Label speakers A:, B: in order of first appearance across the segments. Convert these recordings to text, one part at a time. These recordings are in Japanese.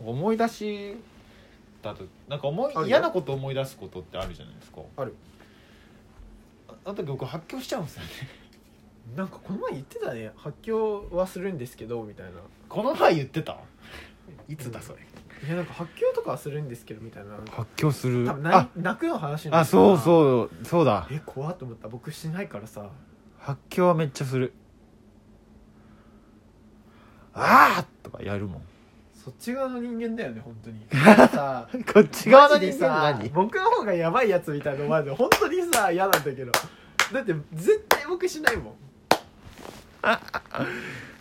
A: 思い出しだとなんか思い
B: あるよ
A: 嫌なこと思い出すことってあるじゃないですか
B: ある
A: ああの時僕発狂しちゃうんですよね
B: なんかこの前言ってたね発狂はするんですけどみたいな
A: この前言ってたいつだそれ
B: いやなんか発狂とかはするんですけどみたいななんか
C: 発狂する
B: 多分泣
C: あ
B: い泣くの話にな
C: あ
B: るから
C: そうそうそうだ
B: え怖っと思った僕しないからさ
C: 発狂はめっちゃするああとかやるもん
B: そっち側の人間だよね本当にさ
C: こっち側の
B: マジ
C: 人
B: で
C: 間
B: さ
C: って何
B: 僕の方がやばいやつみたいなのまで本当にさ嫌なんだけどだって絶対僕しないも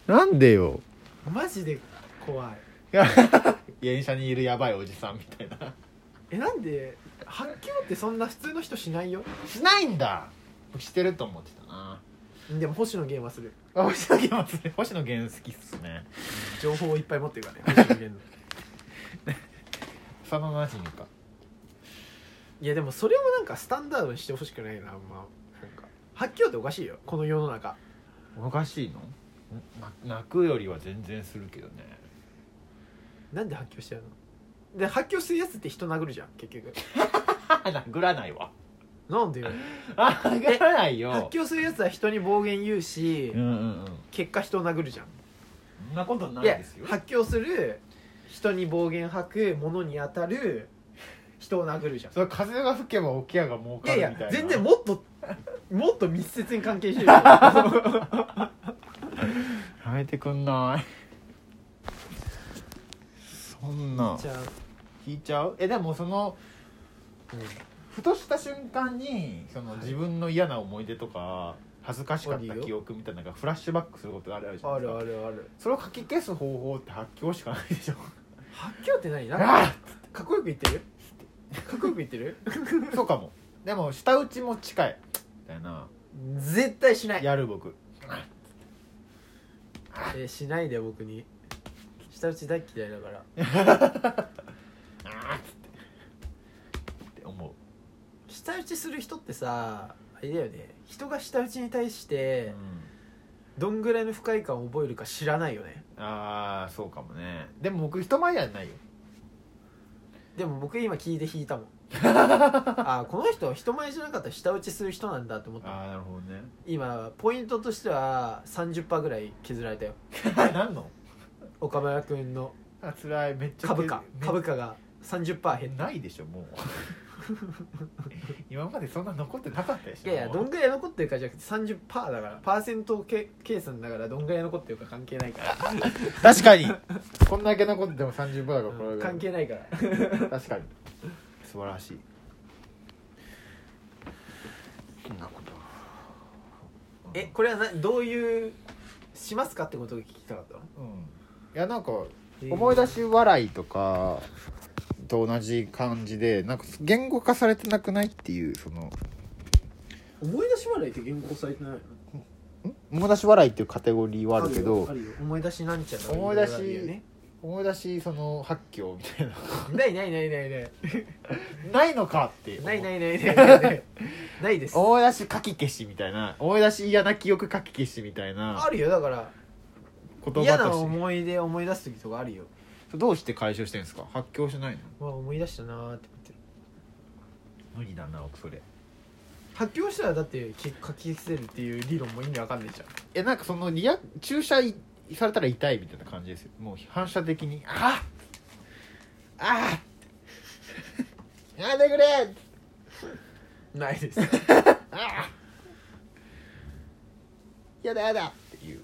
C: なんで よ
B: んマジで怖い
A: 電車にいるやばいおじさんみたいな
B: えなんで発狂ってそんな普通の人しないよ
A: しないんだ僕してると思ってたな
B: でも星野源はする
A: あ星野源もね星野源好きっすね
B: 情報をいっぱい持ってるからね星野源の
A: 幼なじみか
B: いやでもそれもなんかスタンダードにしてほしくないなあんまなんか発狂っておかしいよこの世の中
A: おかしいのな泣くよりは全然するけどね
B: なんで発狂しちゃうので発狂するやつって人殴るじゃん結局
A: あ 殴らないわ
B: なんでよ
A: あ殴らない
B: 発
A: よ
B: 狂するやつは人に暴言言うし、
A: うんうんうん
B: 結果人を殴るじゃん
A: そんなことない
B: いや
A: ですよ
B: 発狂する人に暴言吐く物に当たる人を殴るじゃん
A: それ風が吹けば起き屋が儲
B: い
A: か
B: や
A: る
B: い
A: みたいな
B: や全然もっと もっと密接に関係してるよ
A: やめてくんない
C: そんな
B: じゃあ
A: 聞いちゃうえでもそのふとした瞬間にその
B: はい
A: 自分の嫌な思い出とか恥ずかしかった記憶みたいなのがフラッシュバックすることがあるじゃな
B: あ
A: いです
B: る
A: か
B: あるある
A: それを書き消す方法って発狂しかないでしょ
B: 発狂って何なんか
A: あ
B: かっこよく言ってるかっこよく言ってる
A: あそうかもでも舌打ちも近いみたいな
B: 絶対しない、
A: やる僕
B: えーしないで僕に下打ち大嫌いだから
A: あーっつってって思う
B: 下打ちする人ってさあれだよね人が下打ちに対してどんぐらいの不快感を覚えるか知らないよね
A: ああそうかもねでも僕人前じゃないよ
B: でも僕今聞いて引 いたもんあーこの人は人前じゃなかったら下打ちする人なんだって思った
A: ああなるほど ね
B: 今ポイントとしては30%ぐらい削られたよ
A: 何の
B: 岡村君の
A: あ辛いめっちゃ
B: 株価
A: めっ
B: 株価が30%減っ
A: ないでしょもう 今までそんな残ってなかったでしょ
B: たいやいやどんぐらい残ってるかじゃなくて30%だからパーセントけ計算だからどんぐらい残ってるか関係ないから
C: 確かに
A: こんだけ残ってても30分だからこれぐらい
B: 関係ないから
A: 確かに素晴らしいそんなこと
B: えこれはなどういうしますかってことが聞きたかったの
A: うんいやなんか思い出し笑いとかと同じ感じでなんか言語化されてなくないっていうその
B: 思い出し笑いって言語されてないの
A: ん思い出し笑いっていうカテゴリーはあるけど
B: よあるよ思い出しなんちゃら
A: 思い出し
B: ろろあるよね
A: 思い出しその発狂みたいな
B: ないないないない ない
A: ないのかって
B: ない
A: い
B: ないないないないないないです
A: 思い出し書き消しみたいな思い出し嫌な記憶書き消しみたいな
B: あるよだから
A: 言葉
B: 嫌
A: と
B: な
A: して
B: 思い出思い出す時とかあるよ
A: どうして解消してんですか発狂しないの
B: わあ思い出したなーって思ってる
A: 無理だな僕それ
B: 発狂したらだってき書き捨てるっていう理論も意味わかんないじゃん
A: えなんかそのリア注射いされたら痛いみたいな感じですよもう反射的に「あっあっ やめてくれ
B: ない です
A: あっやだやだ!」っていう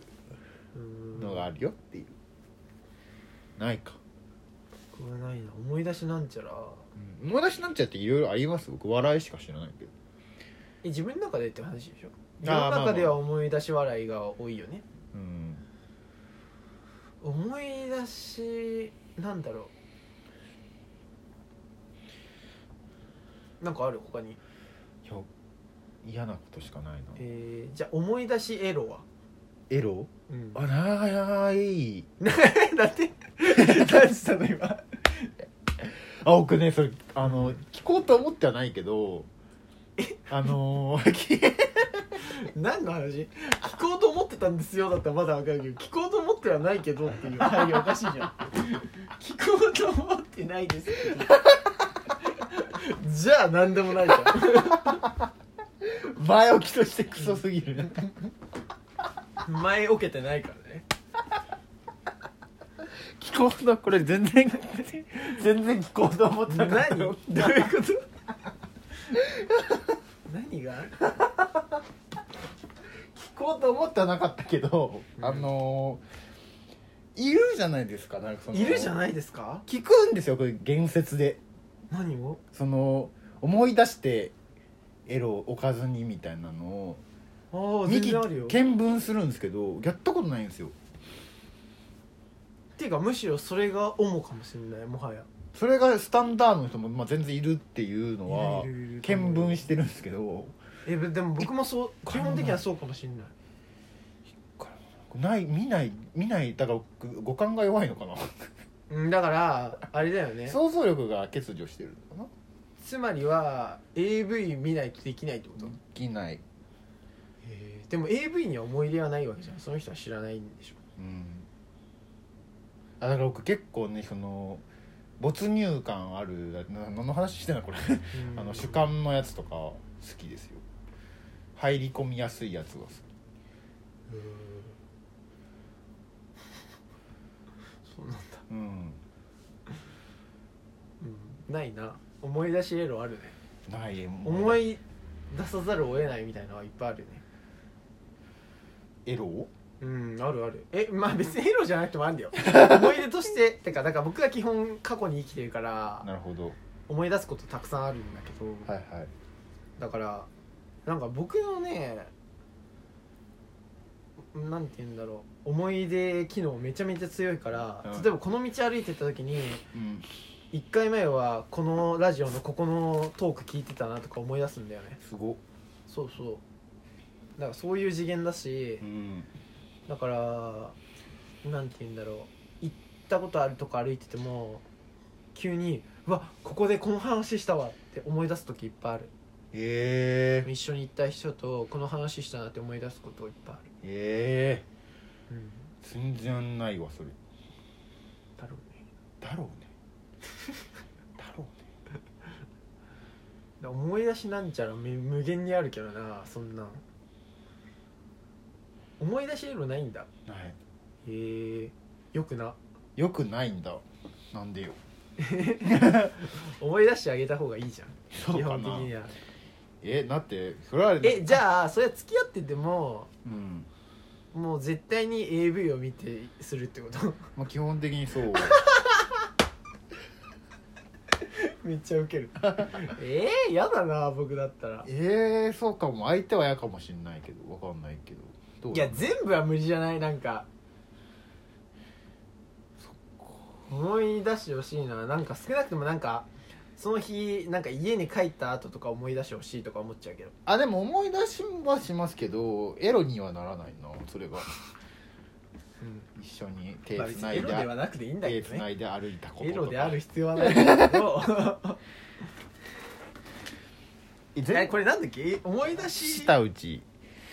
A: のがあ
B: る
A: るよっていうないか、
B: これないな思い出しなんちゃら
A: うん、思い出しなんちゃっていろいろあります僕笑いしか知らないけど
B: え自分の中でって話でしょ自
A: あー
B: 分の
A: まあまあ
B: 中では思い出し笑いが多いよね
A: うん
B: 思い出しなんだろうなんかある他に
A: いや嫌なことしかないな
B: えー、じゃあ思い出しエロは
A: エロ
B: うん
A: あない
B: だって何したの今
A: あ僕ねそれあ の聞こうと思ってはないけどあのー、
B: 何の話聞こうと思ってたんですよだったらまだ分かるけど聞こうと思ってはないけどっていう配慮おかしいじゃん聞こうと思ってないですっていうじゃあ何でもないじゃん
A: 前置きとしてクソすぎる
B: 前置けてないからね
A: 気候のこれ全然全然気候と思ってなかっ
B: 何
A: た
B: どういうこと何が
A: 聞こうと思ってはなかったけど、
B: うん
A: あのーいるじゃないですかなんかその
B: いるじゃ
A: い
B: ないですか
A: 聞くんですよこれ言説で
B: 何を
A: その思い出してエロを置かずにみたいなのを
B: ああ
A: 見
B: 全
A: き
B: 然あるよっ
A: 見聞するんですけどやったことないんですよ
B: ていうかむしろそれが主かもしれないもはや
A: それがスタンダードの人も、まあ、全然いるっていうのはい
B: るいるいる
A: 見聞してるんですけど
B: えでも僕もそう
A: 一
B: 基
A: 回もない
B: 本的にはそうかもしれない
A: ない見ない見ないだから五五感が弱いのかな
B: うんだからあれだよね
A: 想像力が欠如してるのか
B: つまりは AV 見ないとできないってこと、
A: なできない、
B: へえでも AV には思い入れはないわけじゃんその人は知らないんでしょ
A: うん、あだから僕結構ねその没入感あるな何の話してんの これ
B: うん
A: あの主観のやつとか好きですよ入り込みやすいやつが好き
B: へえそうなんだ、
A: うん
B: うん、ないな思い出しエロあるね
A: ない
B: 思い出さざるを得ないみたいなのはいっぱいあるよね
A: エロ
B: うんあるあるえまあ別にエロじゃなくてもあるん だよ思い出としててかだから僕は基本過去に生きてるから
A: なるほど
B: 思い出すことたくさんあるんだけど、
A: はいはい
B: だからなんか僕のねなんて言うんだろう思い出機能めちゃめちゃ強いから、
A: うん
B: 例えばこの道歩いてた時に
A: うん
B: 1回前はこのラジオのここのトーク聞いてたなとか思い出すんだよね
A: すご
B: そうそうだからそういう次元だし
A: うん
B: だからなんて言うんだろう行ったことあるとこ歩いてても急に「うわここでこの話したわ」って思い出す時いっぱいある
A: ええ
B: 一緒に行った人とこの話したなって思い出すこといっぱいあ
A: ええ
B: る、
A: 全然ないわそれ
B: だろうね
A: だろうねだろうね
B: だから思い出しなんちゃらめ無限にあるけどなそんなん思い出しエロないんだ
A: ない
B: へえよくな
A: よくないんだなんでよ
B: 思い出してあげた方がいいじゃん
A: そう
B: 基
A: か
B: 本的
A: な
B: には
A: えだってそれは
B: えじゃあそれは付き合ってても
A: うん、
B: もう絶対に AV を見てするってこと
A: まあ、基本的にそう
B: めっちゃウケる えー、やだな僕だったら
A: えー、そうかも相手は嫌かもしんないけどわかんないけどどう
B: いや
A: なの
B: 全部は無理じゃないなんか思い出してほしいななんか少なくともなんかその日なんか家に帰った後とか思い出してほしいとか思っちゃうけど
A: あでも思い出しはしますけどエロにはならないなそれが一緒に手
B: まあ
A: つ
B: 別
A: な
B: にエ
A: い
B: ロ
A: で,、
B: ではなくていいんだけ
A: 手
B: ど
A: つな
B: ね
A: いで歩いたこと
B: エ
A: とか
B: ロである必要はないんだけど
A: え全
B: えこれなんだっけ思い出し
A: したうち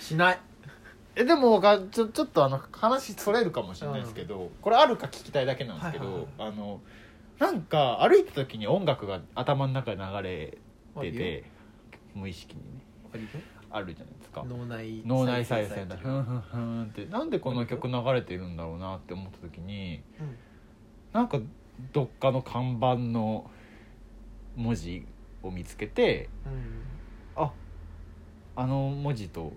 B: しない
A: えでもがちょちょっとあの話それるかもしれないですけど、これあるか聞きたいだけなんですけど、
B: はいはい
A: あのなんか歩いた時に音楽が頭の中で流れてて無意識にね
B: あるよ
A: あるじゃないですか
B: 脳内
A: 脳内再生だ
B: 再
A: ふんふんふんってなんでこの曲流れてるんだろうなって思った時に
B: うん
A: なんかどっかの看板の文字を見つけて
B: うん
A: ああの文字と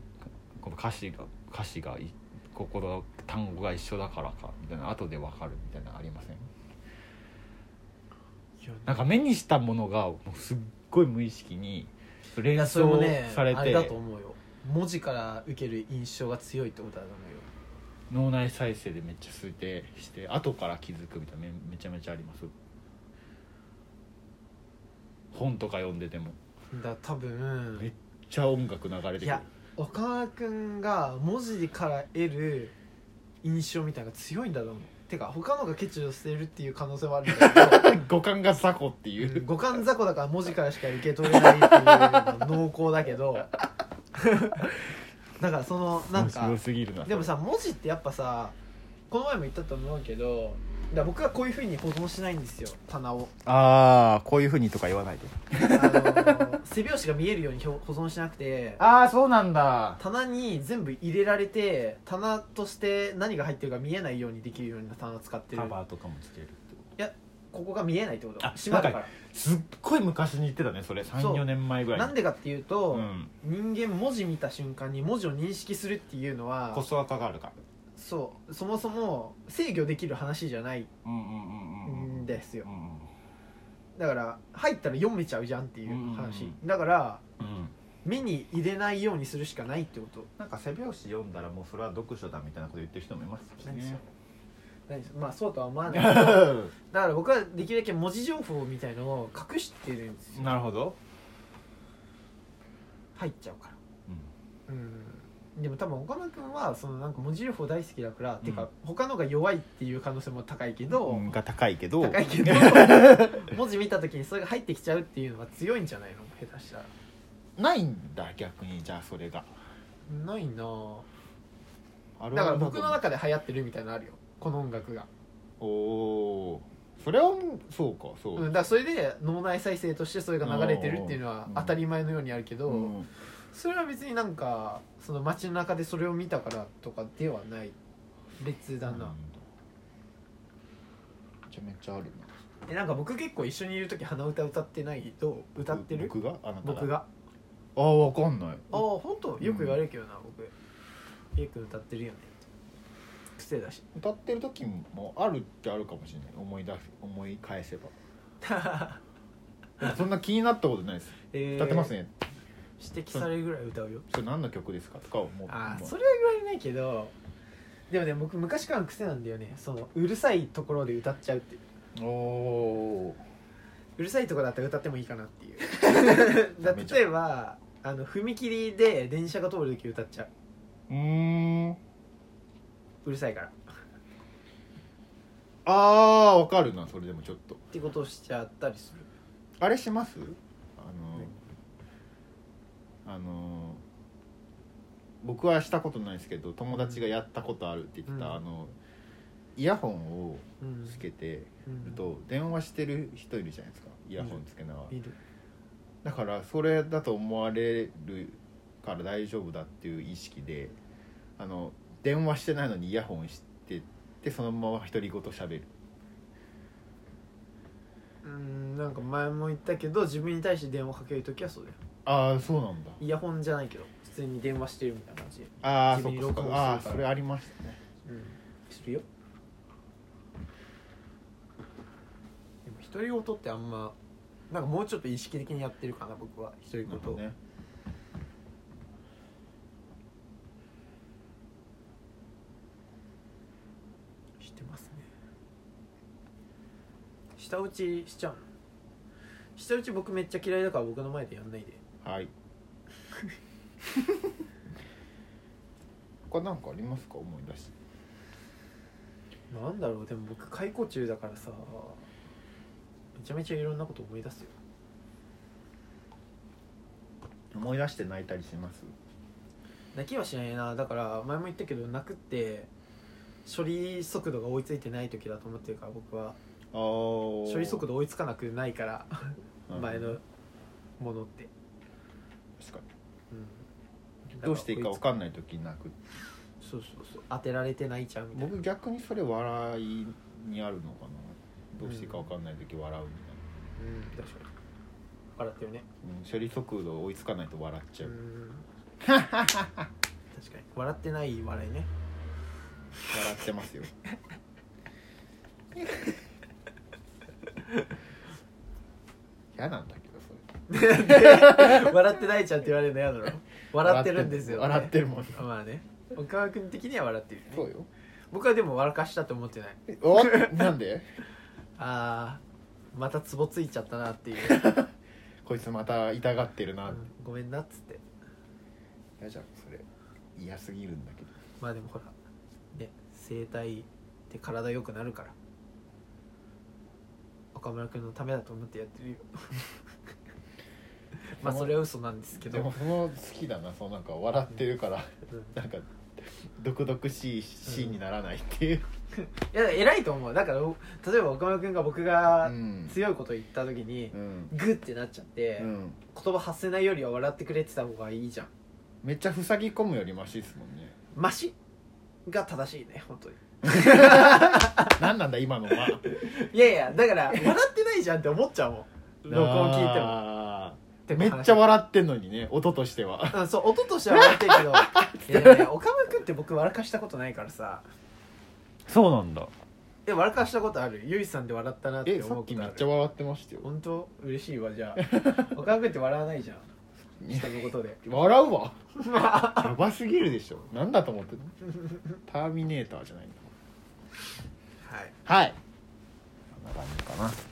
A: この歌詞が歌詞がいここの単語が一緒だからかみたいな後でわかるみたいなのありません
B: いや
A: なんか目にしたものがもうすっごい無意識に
B: い
A: 連
B: やそれ
A: 想
B: もね
A: され
B: あ
A: て
B: れだと思うよ文字から受ける印象が強いってことだと思う
A: 脳
B: よ
A: 内再生でめっちゃ推定して後から気づくみたいなめめちゃめちゃあります本とか読んでても
B: だ多
A: めっ
B: 分
A: めっちゃ音楽流れて
B: い
A: くる
B: や岡川君が文字から得る印象みたいなのが強いんだと思うてか他のがケチを捨てるっていう可能性はあるんだ
A: 五感が雑魚ってい
B: けど、うん
A: う、
B: 五感雑魚だから文字からしか受け取れないっていうの濃厚だけど だからそのなんか
A: 面白すぎるな
B: でもさ文字ってやっぱさこの前も言ったと思うけどだから僕はこういうふうに保存しないんですよ棚を
C: ああこういうふうにとか言わないで
B: あ の背拍子が見えるように保保存しなくて
A: ああそうなんだ
B: 棚に全部入れられて棚として何が入ってるか見えないようにできるような棚を使ってる
A: カバーとかもつけるってこと
B: ここが見えないってこと
A: あ
B: 閉まる
A: な
B: か
A: んすっごい昔に言ってたねそれ
B: そう
A: 34年前ぐら
B: ら
A: い
B: なん
A: に
B: でかっていうと、
A: うん
B: 人間文字見た瞬間に文字を認識するっていうのは
A: コストがかかるから
B: そうそもそも制御できる話じゃない
A: うんうんうんうん
B: んですよ
A: うん
B: だから入ったら読めちゃうじゃんっていう話、
A: うんうん
B: だから
A: うん
B: 目に入れないようにするしかないってこと
A: なんか背拍子読んだらもうそれは読書だみたいなこと言ってる人もいますし
B: なんです
A: ね
B: よ、何ですまあそうとは思わないだか
A: な
B: ら僕はできるだけ文字情報みたいのを隠してるんですよ
A: るほど、
B: 入っちゃうからうんでも多分岡村君はそのなんか文字情報大好きだから、て
A: う
B: か
A: ん
B: 他のが弱いっていう可能性も高いけど、
C: うんが高いけど
B: 高いけど文字見た時にそれが入ってきちゃうっていうのは強いんじゃないの下手したら
A: ないんだ逆にじゃあそれが
B: ないなぁ
A: あ
B: だから僕の中で流行ってるみたいなのあるよこの音楽が、
A: おおーそれはそうかそうう、
B: ん、だからそれで脳内再生としてそれが流れてるっていうのは
A: うん
B: 当たり前のようにあるけど、
A: うん
B: それは別になんかその街の中でそれを見たからとかではない別だな、
A: めちゃめちゃあるな
B: えなんか僕結構一緒にいる時鼻歌歌ってないけど歌ってる
A: 僕があなた
B: 僕が
A: ああわかんない
B: ああ本当よく言われるけどな、僕よく歌ってるよね癖だし
A: 歌ってる時もあるってあるかもしれない思い出す思い返せばで もそんな気になったことないです
B: えー
A: 歌ってますね
B: 指摘されるぐらい歌うよ
A: それ何の曲ですかとか思う
B: あ
A: も
B: ー
A: う
B: それは言われないけどでもね僕昔からの癖なんだよねそのうるさいところで歌っちゃうっていう
A: おお
B: うるさいところだったら歌ってもいいかなっていうだ
A: ダメじゃん
B: 例えばあの踏切で電車が通る時歌っちゃう
A: うーん
B: うるさいからっ
A: ああわかるなそれでもちょっと
B: てことをしちゃったりする
A: あれしますあ
B: ね
A: のあの僕はしたことないですけど友達がやったことあるって言ってた、
B: うん
A: あのイヤホンを
B: うん
A: つけて
B: うん
A: ると電話してる人いるじゃないですかイヤホンつけながら、
B: いる
A: だからそれだと思われるから大丈夫だっていう意識であの電話してないのにイヤホンしててそのまま独り言喋る
B: うんなんか前も言ったけど自分に対して電話かける時はそうだよ
A: ああそうなんだ
B: イヤホンじゃないけど普通に電話してるみたいな感じ
A: ああ
B: 自
A: そっか
B: 分に
A: そっか
B: 録音するから
A: ああーそれありましたね
B: うんするよでも独り言ってあんまなんかもうちょっと意識的にやってるかな僕は独り
A: な
B: 言
A: んかね
B: してますね舌打ちしちゃうの舌打ち僕めっちゃ嫌いだから僕の前でやんないで
A: はい他なんかありますか思い出して
B: なんだろうでも僕解雇中だからさめちゃめちゃいろんなこと思い出すよ
A: 思い出して泣いたりします
B: 泣きはしないなだから前も言ったけど泣くって処理速度が追いついてない時だと思ってるから僕は
A: ああ処
B: 処理速度追いつかなくないから前のものって、
A: 確か
B: うん
A: にどうしていいか分
B: ん
A: かんない時に泣く
B: そうそうそう当てられて泣いちゃうみたいな
A: 僕逆にそれ笑いにあるのかなどうしていいか分かんない時笑うみ
B: うん確かに笑ってるね
A: たいな、うん、処理速度追いつかないと笑っち
B: う
A: ゃう、
B: ん確かに笑ってない 笑いね
A: 笑ってますよ嫌なんだけどそれ
B: 笑って泣いちゃうって言われるの嫌だろ笑ってるんですよ、ね、
A: 笑ってるもん
B: まあね岡川君的には笑ってるよ
A: そう
B: ね
A: よ
B: 僕はでも笑かしたと思ってない
A: お なんで
B: あーまたツボついちゃったなっていう、
A: こいつまた痛がってるな
B: うんごめんなっつって
A: 嫌じゃんそれ嫌すぎるんだけど
B: まあでもほらね整体って体良くなるから 岡村君のためだと思ってやってるよまあそれは嘘なんですけ
A: で
B: ど
A: もその好きだなそのなんか笑ってるから
B: うんい
A: なんか毒々しいシーンにならないっていう、
B: や偉いと思うだからお例えば岡村君が僕が
A: ん
B: 強いこと言った時に
A: うん
B: グッてなっちゃって、
A: うん
B: 言葉発せないよりは笑ってくれてた方がいいじゃん
A: めっちゃ塞ぎ込むよりマシですもん ね
B: マシが正しいね本当に
A: 何なんだ今のはい
B: やいやだから笑ってないじゃんって思っちゃ うもん録音聞いても
A: あ
B: で
A: ー
B: も
A: めっちゃ笑ってんのにね音としては
B: うん、そう音としては笑ってる けどいやいや岡村君って僕笑かしたことないからさ
C: そうなんだ
B: え笑かしたことあるゆいさんで笑ったなっ
A: え
B: て
A: さ
B: 思
A: っ
B: うこ
A: き
B: と
A: め
B: あ
A: っ
B: る
A: ちゃ笑ってましたよ
B: 本当嬉しいわじ ゃあ岡村君って笑わないじゃん人のことで
A: 笑う わやばすぎるでしょなんだと思ってる のターミネーターじゃないんだ
B: はい
A: はいこんな感じかな